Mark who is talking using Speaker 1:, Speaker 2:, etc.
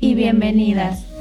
Speaker 1: y bienvenidas.